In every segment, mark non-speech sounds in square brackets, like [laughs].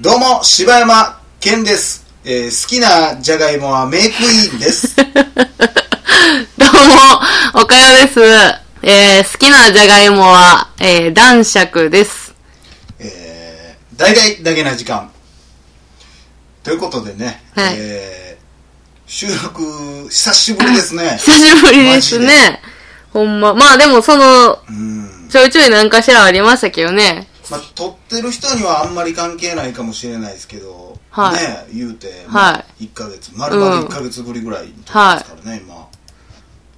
どうも、柴山健です。えー好きなジャガイモはメイクイン [laughs] です。どうも、おかよです。えー、好きなじゃがいもは、えー、男爵です。えー、大々だけな時間。ということでね、はいえー収録、久しぶりですね。 [laughs] 久しぶりですマね。ほんま。まあでもその、うん。ちょいちょい何かしらありましたけどね。まあ、撮ってる人にはあんまり関係ないかもしれないですけど、はいね、言うて、まあは1ヶ月、丸々1ヶ月ぶりぐらいに撮ってますからね、今。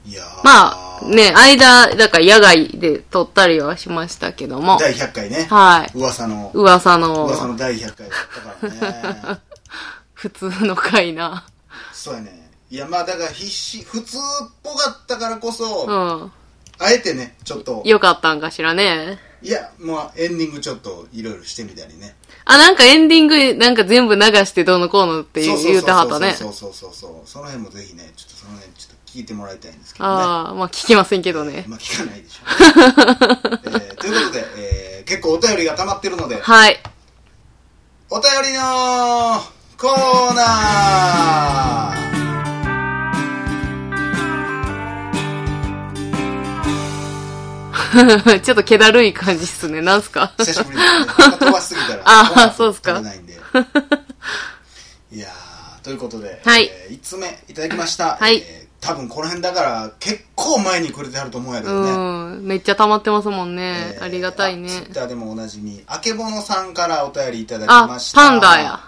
いやーまあ、ね、間、だから野外で撮ったりはしましたけども。第100回ね、はい。噂の、噂の、噂の第100回だったからね。普通の回な。そうやね。いや、まあだから必死、普通っぽかったからこそ、うん。あえてね、ちょっと、よかったんかしらね。いや、まあエンディングちょっといろいろしてみたりね。あ、なんかエンディング、なんか全部流してどうのこうのって言う言うてはったね。そうそうそうそうそうそう。その辺もぜひね、ちょっとその辺ちょっと聞いてもらいたいんですけどね。ああ、まあ聞きませんけどね。まあ聞かないでしょうね、えーということで、えー結構お便りが溜まってるので、はい。お便りのコーナー [laughs] ちょっと気だるい感じっすね。なんすか。久しぶりですね。なんか飛ばしすぎたら [laughs] あーコーナーそうっすか取れ [laughs] ないんで。いやー、ということで、はいえ1つ目いただきました。はいえー多分この辺だから結構前にくれてはると思うんやけうどね。ん。めっちゃ溜まってますもんね。えーありがたいね。ツイッターでもおなじみ、あけぼのさんからお便りいただきあま、した。パンダや。。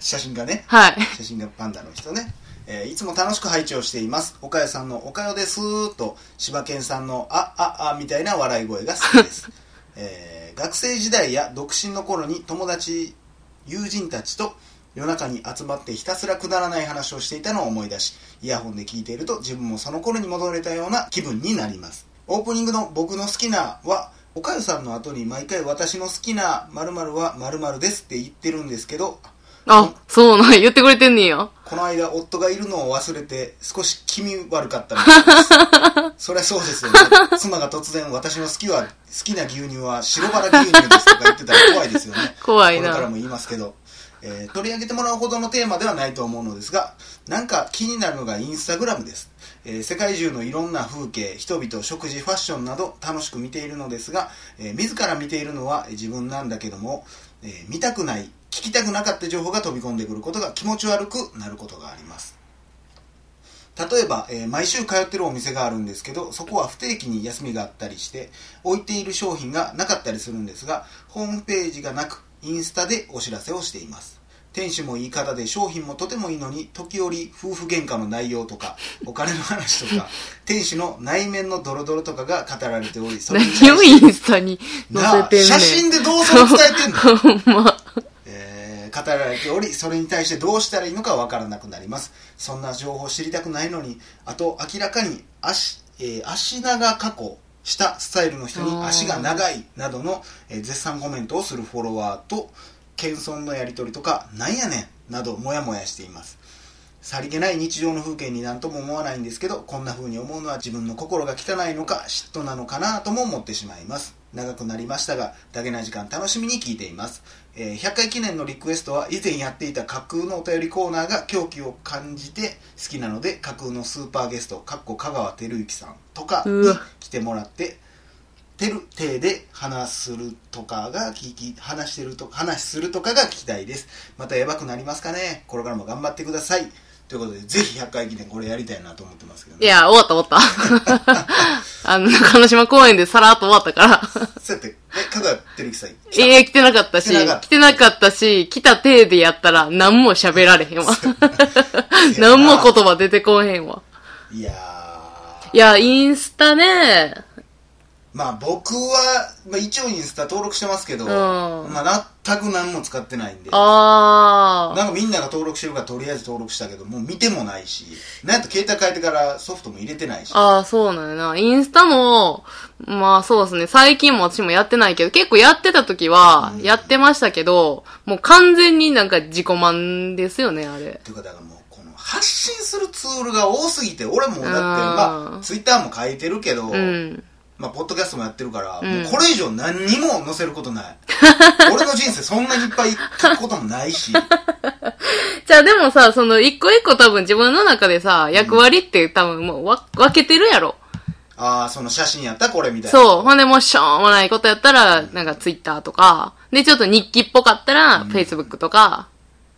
写真がね、はい。写真がパンダの人ね。えーいつも楽しく拝聴しています。おかよさんのおかよですーと、柴犬さんのあ、あ、あみたいな笑い声が好きです。 [laughs] えー学生時代や独身の頃に友達、友人たちと夜中に集まってひたすらくだらない話をしていたのを思い出し、イヤホンで聞いていると自分もその頃に戻れたような気分になります。オープニングの僕の好きなは、おかよさんの後に毎回私の好きな〇〇は〇〇ですって言ってるんですけど、あ、そうなん。言ってくれてんねや。この間夫がいるのを忘れて少し気味悪かったみたいですそりゃそうですよね妻が突然私の好きは好きな牛乳は白バラ牛乳ですとか言ってたら怖いですよね怖いなこれからも言いますけど、えー取り上げてもらうほどのテーマではないと思うのですがなんか気になるのがインスタグラムです、えー世界中のいろんな風景人々食事ファッションなど楽しく見ているのですが、えー自ら見ているのは自分なんだけども、えー見たくない聞きたくなかった情報が飛び込んでくることが気持ち悪くなることがあります例えば、えー毎週通ってるお店があるんですけどそこは不定期に休みがあったりして置いている商品がなかったりするんですがホームページがなくインスタでお知らせをしています店主もいい方で商品もとてもいいのに時折夫婦喧嘩の内容とかお金の話とか [laughs] 店主の内面のドロドロとかが語られておりそれに対して何をインスタに載なせあてんねん。写真でどうそれ伝えてんのほんま。えー語られておりそれに対してどうしたらいいのかわからなくなりますそんな情報を知りたくないのにあと明らかに足,、えー足長加工したスタイルの人にあー足が長いなどの、えー絶賛コメントをするフォロワーと謙遜のやり取りとかなんやねんなどモヤモヤしていますさりげない日常の風景になんとも思わないんですけどこんな風に思うのは自分の心が汚いのか嫉妬なのかなとも思ってしまいます長くなりましたがだけな時間楽しみに聞いています、えー100回記念のリクエストは以前やっていた架空のお便りコーナーが狂気を感じて好きなので架空のスーパーゲストかっこ香川照之さんとかにうわ来てもらっててる手で話するとかが聞き話してると話するとかが聞きたいですまたやばくなりますかねこれからも頑張ってくださいということでぜひ100回記念これやりたいなと思ってますけどいねや、終わった終わった。 [laughs] あの、中之島公園でさらっと終わったから。そうやってえ香川照之さん来たええ、来てなかったし来てなかった、来てなかったし、来た体でやったら何も喋られへんわ。 [laughs] 何も言葉出てこへんわ。いやーいや、インスタね、まあ僕は、まあ、一応インスタ登録してますけど、んまあ全く何も使ってないんであー。なんかみんなが登録してるからとりあえず登録したけどもう見てもないしなんと携帯変えてからソフトも入れてないしああ、そうなんやな。インスタも、まあそうですね。最近も私もやってないけど、結構やってた時はうん、やってましたけど、もう完全になんか自己満ですよね、あれ。というかだからもうこの発信するツールが多すぎて俺もだってあーまあツイッターも書いてるけど、うん。まあ、ポッドキャストもやってるから、んもうこれ以上何にも載せること [laughs] ない。俺の人生そんなにいっぱい聞くこともないし、じゃあでもさ、その一個一個多分自分の中でさ、役割って多分もうわ分けてるやろ。ああ、その写真やったらこれみたいな。そう。ほんでもうしょうもないことやったら、なんかツイッターとか、で、ちょっと日記っぽかったら、フェイスブックとか、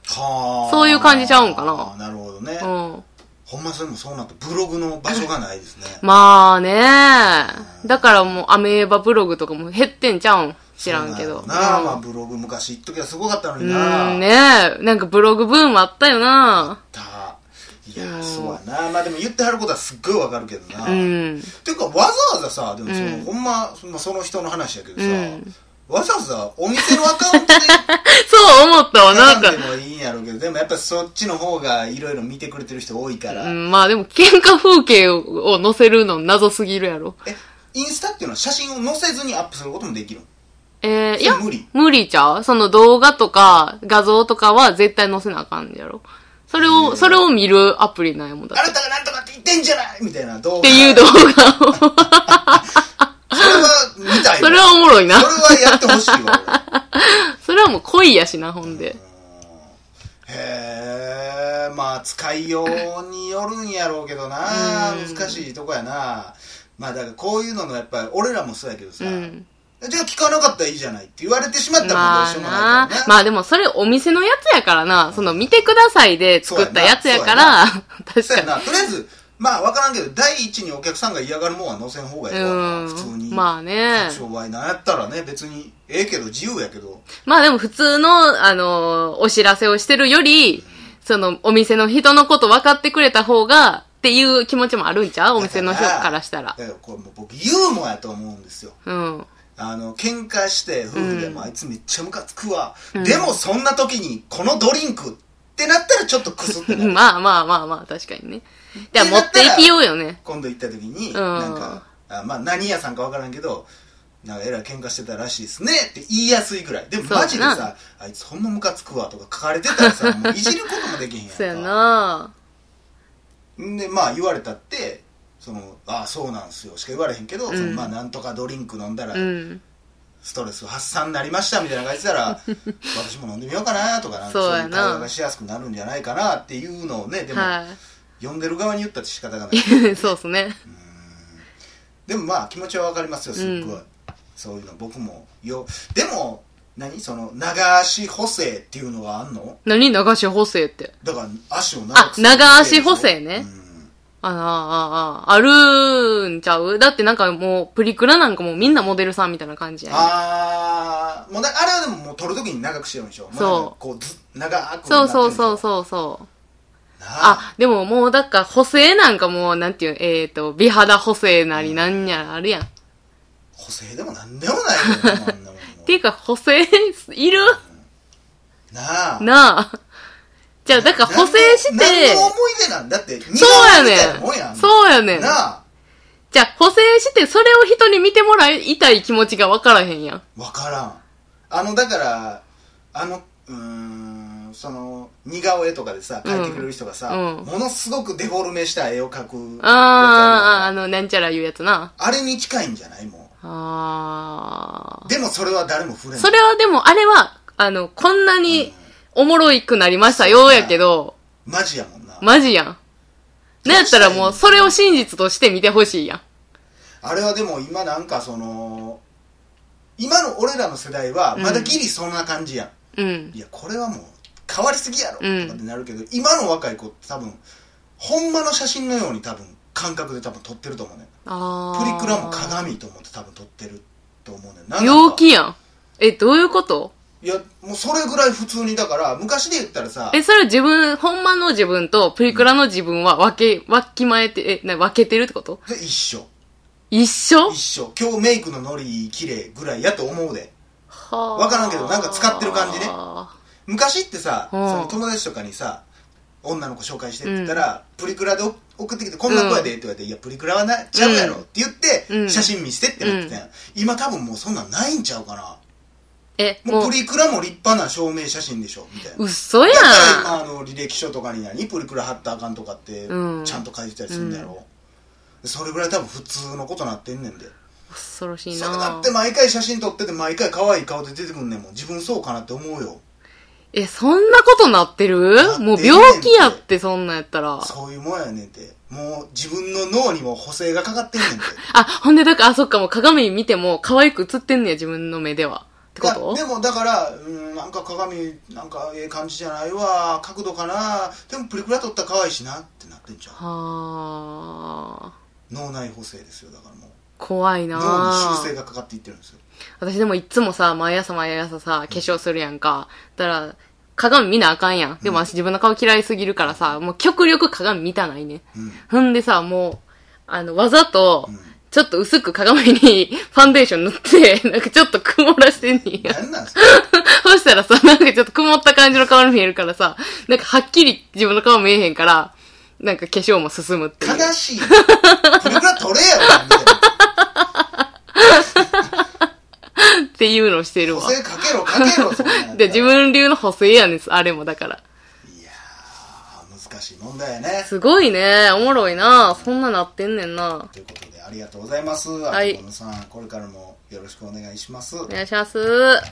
はあ。そういう感じちゃうんかなあーなるほどね。うん。ほんまそれもそうなった。ブログの場所がないですね。まあねだからもうアメーバブログとかも減ってんちゃうん知らんけど。そうなんやろなうんまあ、ブログ昔一時はすごかったのうにな。ーん、ねえ。なんかブログブームあったよなたいやうーんそうやなまあでも言ってはることはすっごいわかるけどな、うっん。ていうかわざわざさでもその、うんほんまそのその人の話やけどさ、うんわざわざお店のアカ [laughs] ウントでそう思ったわ、ななんかんで。もいいんやろうけどでもやっぱそっちの方がいろいろ見てくれてる人多いから、うん、まあでも喧嘩風景を載せるの謎すぎるやろ。えインスタっていうのは写真を載せずにアップすることもできるのえー、そいや、れ無理無理ちゃうその動画とか画像とかは絶対載せなあかんやろ。それを、それを見るアプリなんやもんだあっなたがなんとかって言ってんじゃないみたいな動画て。っていう動 [laughs] 画を。それは見たいわそれはおもろいなそ。れはやってほしいわ [laughs] 俺それはもう恋やしな、ほんで。へえまあ使いようによるんやろうけどなうん難しいとこやなまあだからこういうののやっぱり俺らもそうやけどさ、うん。じゃあ聞かなかったらいいじゃないって言われてしまったらもうまどうしあようもなないからね、まあでもそれお店のやつやからな。その見てくださいで作ったやつやから、 [laughs] 確そうかやなに。とりあえずまあ分からんけど第一にお客さんが嫌がるもんは載せん方がいいわ普通うにん。まあね。商売なんやったらね別にええけど自由やけどまあでも普通の、あのーお知らせをしてるより、その、お店の人のこと分かってくれた方が、っていう気持ちもあるんちゃうお店の人からしたらだ。からこれもう僕ユーモアやと思うんですようん。あの喧嘩して夫婦でも、うんあいつめっちゃムカつくわ、んでもそんな時にこのドリンクってなったらちょっとクスってなる [laughs] まあまあまあまあ、確かにね。じゃあで持っていきようよね。今度行った時に、んなんかあまあ何屋さんかわからんけどなんかえらい喧嘩してたらしいですねって言いやすいぐらいでもそうやなマジでさあいつほんまムカつくわとか書かれてたら [laughs] さもういじることもできへんやんかそうやなんでまあ言われたってそのああそうなんすよしか言われへんけど、うんそのまあなんとかドリンク飲んだらうん。ストレス発散になりましたみたいな感じだった [laughs] ら私も飲んでみようかなとかなんかそういやなう会話がしやすくなるんじゃないかなっていうのをねでも、は呼んでる側に言ったって仕方がないい。 [laughs] そうっすね。でもまあ気持ちはわかりますよすっごい、うんそういうの僕もよでも何その流し補正っていうのはあんの何流し補正って。だから足を長くするあ長足補正ねうんああ、ああ、あるんちゃうだってなんかもう、プリクラなんかもうみんなモデルさんみたいな感じやね。あーもうだあれはでももう撮るときに長くしてるんでしょもなんかこうず長くそうそうそううそうそう。ああ、でももうだから補正なんかもう、なんていう、えっ、と、美肌補正なりなんやらあるやん。っ補正でもなんでもないよそんな [laughs] もんもうていうか補正いるなあ。なあ。じゃあだから補正し何の思て、い出なんだって、そそうややもんやねん。ん。そうやねん。なあ。じゃあ補正して、それを人に見てもらいたい気持ちがわからへんやん。わからん。あの、だから、あの、うーん、その、似顔絵とかでさ、描いてくれる人がさ、うんものすごくデフォルメした絵を描く。あー、ああ。の、なんちゃら言うやつな。あれに近いんじゃないもあう。でもそれは誰も触れー。ない。それはでも、あれは、あの、こんなにおもろいくなりましたようやけど、マジやもんな。マジやん。なんやったらもう、それを真実として見てほしいやん。あれはでも今なんかその、今の俺らの世代は、まだギリそんな感じやん。うん。いやこれはもう変わりすぎやろうんとかってなるけど、今の若い子って多分ほんまの写真のように多分感覚で多分撮ってると思うねあプーリクラも鏡と思って多分撮ってると思うねんななんか陽気やん。え、どういうこといやもうそれぐらい普通にだから昔で言ったらさえ、それは自分、ほんまの自分とプリクラの自分は分け、分きまえて、え、な、分けてるってことで一緒一緒一緒今日メイクのノリ綺麗ぐらいやと思うではわからんけどなんか使ってる感じねあ昔ってさ、うんその友達とかにさ女の子紹介してって言ったら、プリクラでお送ってきて「こんな子やで」って言われて「いやプリクラはなちゃうやろ」って言って、うん写真見せてってなってたやん、今多分もうそんなんないんちゃうかなーえ、ももううプ、リクラも立派な証明写真でしょみたいな嘘やだからん。今あの履歴書とかに何プリクラ貼ったらあかんとかって、うんちゃんと書いてたりするんだやろ、それぐらい多分普通のことなってんねんで恐ろしいそれだなって毎回写真撮ってて毎回可愛い顔で出てくんねんもん自分そうかなって思うよえ、そんなことなってるなってんねんもうて病気やって、そんなんやったら。そういうもんやねんてもう自分の脳にも補正がかかって [laughs] んねんてあ、ほんで、だから、あ、そっか、もう鏡見ても可愛く映ってんねや、自分の目では。ってこだとでもだから、うん、なんか鏡なんかええ感じじゃないわ角度かなでもプリクラ撮ったら可愛いしなってなってんちゃうはあ脳内補正ですよだからもう怖いな脳に修正がかかっていってるんですよ私でもいっつもさ、毎朝毎朝さ、化粧するやんか。だから、鏡見なあかんやん。でも私自分の顔嫌いすぎるからさ、もう極力鏡見たないね。うんほんでさ、もう、あの、わざとうん、ちょっと薄く鏡に [laughs] ファンデーション塗って、なんかちょっと曇らしてんねんや。何なんすかそしたらさ、なんかちょっと曇った感じの顔に見えるからさ、なんかはっきり自分の顔見えへんから、なんか化粧も進むっていう。悲しいプリクラ撮れ [laughs] よみたいなっていうのをしてるわ補。正かけろかけろそんなんやったら [laughs] で、自分流の補正やねん、あれもだから。いやー難しい問題やねすごいね。おもろいな。そんななってんねんな。ということでありがとうございますあいきこのさんこれからもよろしくお願いします、お願いします。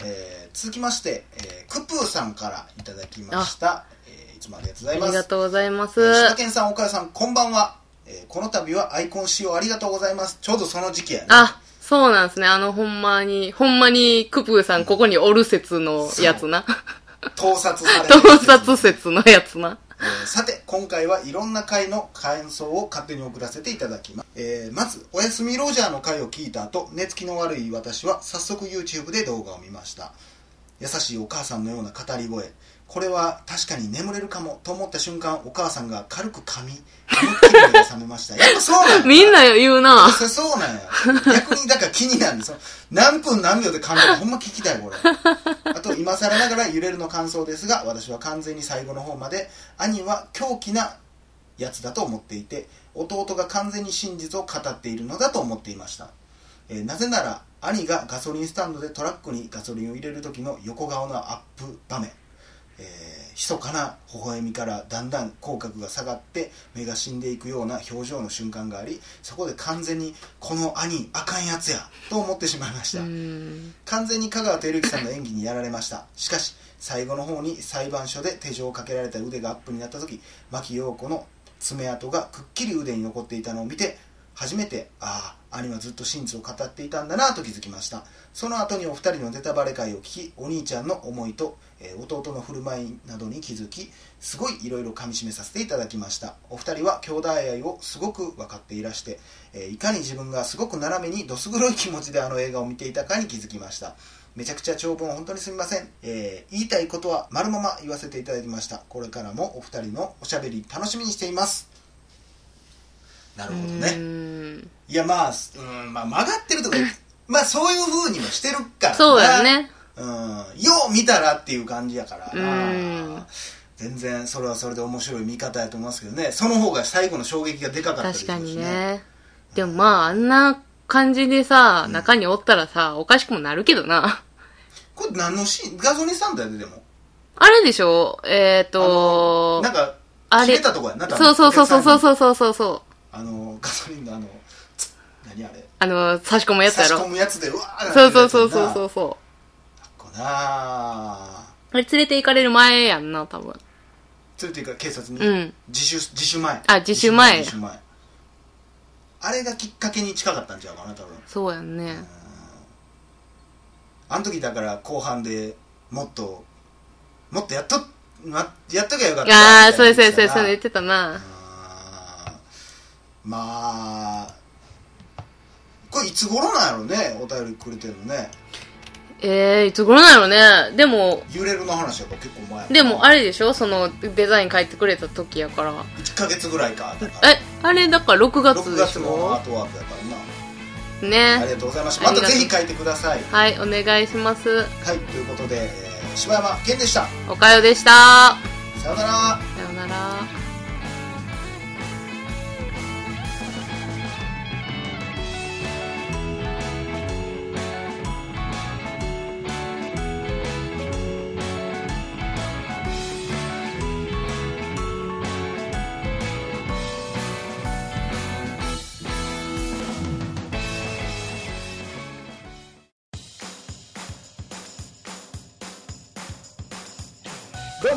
えー続きまして、えークプーさんからいただきました、えーいつもありがとうごあざいりますがとうございます。えー柴犬さん岡田さんこんばんは、えーこの度はアイコン使用ありがとうございますちょうどその時期やねあ、そうなんですね。あの、ほんまに、ほんまに、クプーさん、ここにおる説のやつな。盗撮されてる盗撮説のやつな。えーさて今回はいろんな回の感想を勝手に送らせていただきます、えーまず「おやすみロジャー」の回を聞いた後寝つきの悪い私は早速 YouTube で動画を見ました優しいお母さんのような語り声これは確かに眠れるかもと思った瞬間お母さんが軽く噛み思いっきり目が覚めましたやっぱそうなん [laughs] だみんな言うな。そそうなんや逆にだから気になるんですよ何分何秒で噛んだかほんま聞きたいこれあと今更ながら揺れるの感想ですが私は完全に最後の方まで兄は狂気なやつだと思っていて弟が完全に真実を語っているのだと思っていました、えーなぜなら兄がガソリンスタンドでトラックにガソリンを入れる時の横顔のアップ場面えー密かな微笑みからだんだん口角が下がって目が死んでいくような表情の瞬間がありそこで完全にこの兄あかんやつやと思ってしまいましうたん。完全に香川照之さんの演技にやられましたしかし最後の方に裁判所で手錠をかけられた腕がアップになった時牧陽子の爪痕がくっきり腕に残っていたのを見て初めてああ兄はずっと真実を語っていたんだなと気づきましたその後にお二人のネタバレ会を聞きお兄ちゃんの思いと、えー弟の振る舞いなどに気づきすごいいろいろ噛み締めさせていただきましたお二人は兄弟愛をすごく分かっていらして、えーいかに自分がすごく斜めにどす黒い気持ちであの映画を見ていたかに気づきましためちゃくちゃ長文本当にすみません、えー言いたいことは丸まま言わせていただきましたこれからもお二人のおしゃべり楽しみにしていますなるほどね、うんいやまあ、うんまあ、曲がってるとか [laughs] まあそういう風にもしてるからなそうだよね。うんよう見たらっていう感じやからうんな全然それはそれで面白い見方やと思いますけどねその方が最後の衝撃がでかかったり確するかしにね。でもまあ、あんな感じでさ、中におったらさ、おかしくもなるけどな。 [laughs] これ何のシーン画像にしたんだよねでもあれでしょえっ、ー、となんかあ切れれたとこやな多分そうそうそうそうそううそうそうそうあのガソリンのあのつ何あれあの、差し込むやつや差し込ろ。むやつでうわーそうそうそうそうそううそう。こなあれ連れて行かれる前やんな、多分。ついていうか警察に、うん。自首自首前あ自首前自首前あれがきっかけに近かったんちゃうかな多分そうやんね。あの時だから後半でもっともっとやっとなやっときゃよかったああ、みそうたいやなそうやそう言やってたなそうあーや言ってたな。まあこれいつ頃なんやろうねお便りくれてるのねええー、いつ頃なのね。でも、揺れるの話やから結構前やなでもあれでしょそのデザイン書いてくれた時やから。 1ヶ月ぐらいかだからえ、あれだから6月6で月しもアょートワークやからなありね。がとうございましたまたぜひ書いてくださいはい、お願いします。はいということで、えー柴山健でしたおかよでした。さよならさよなら。どう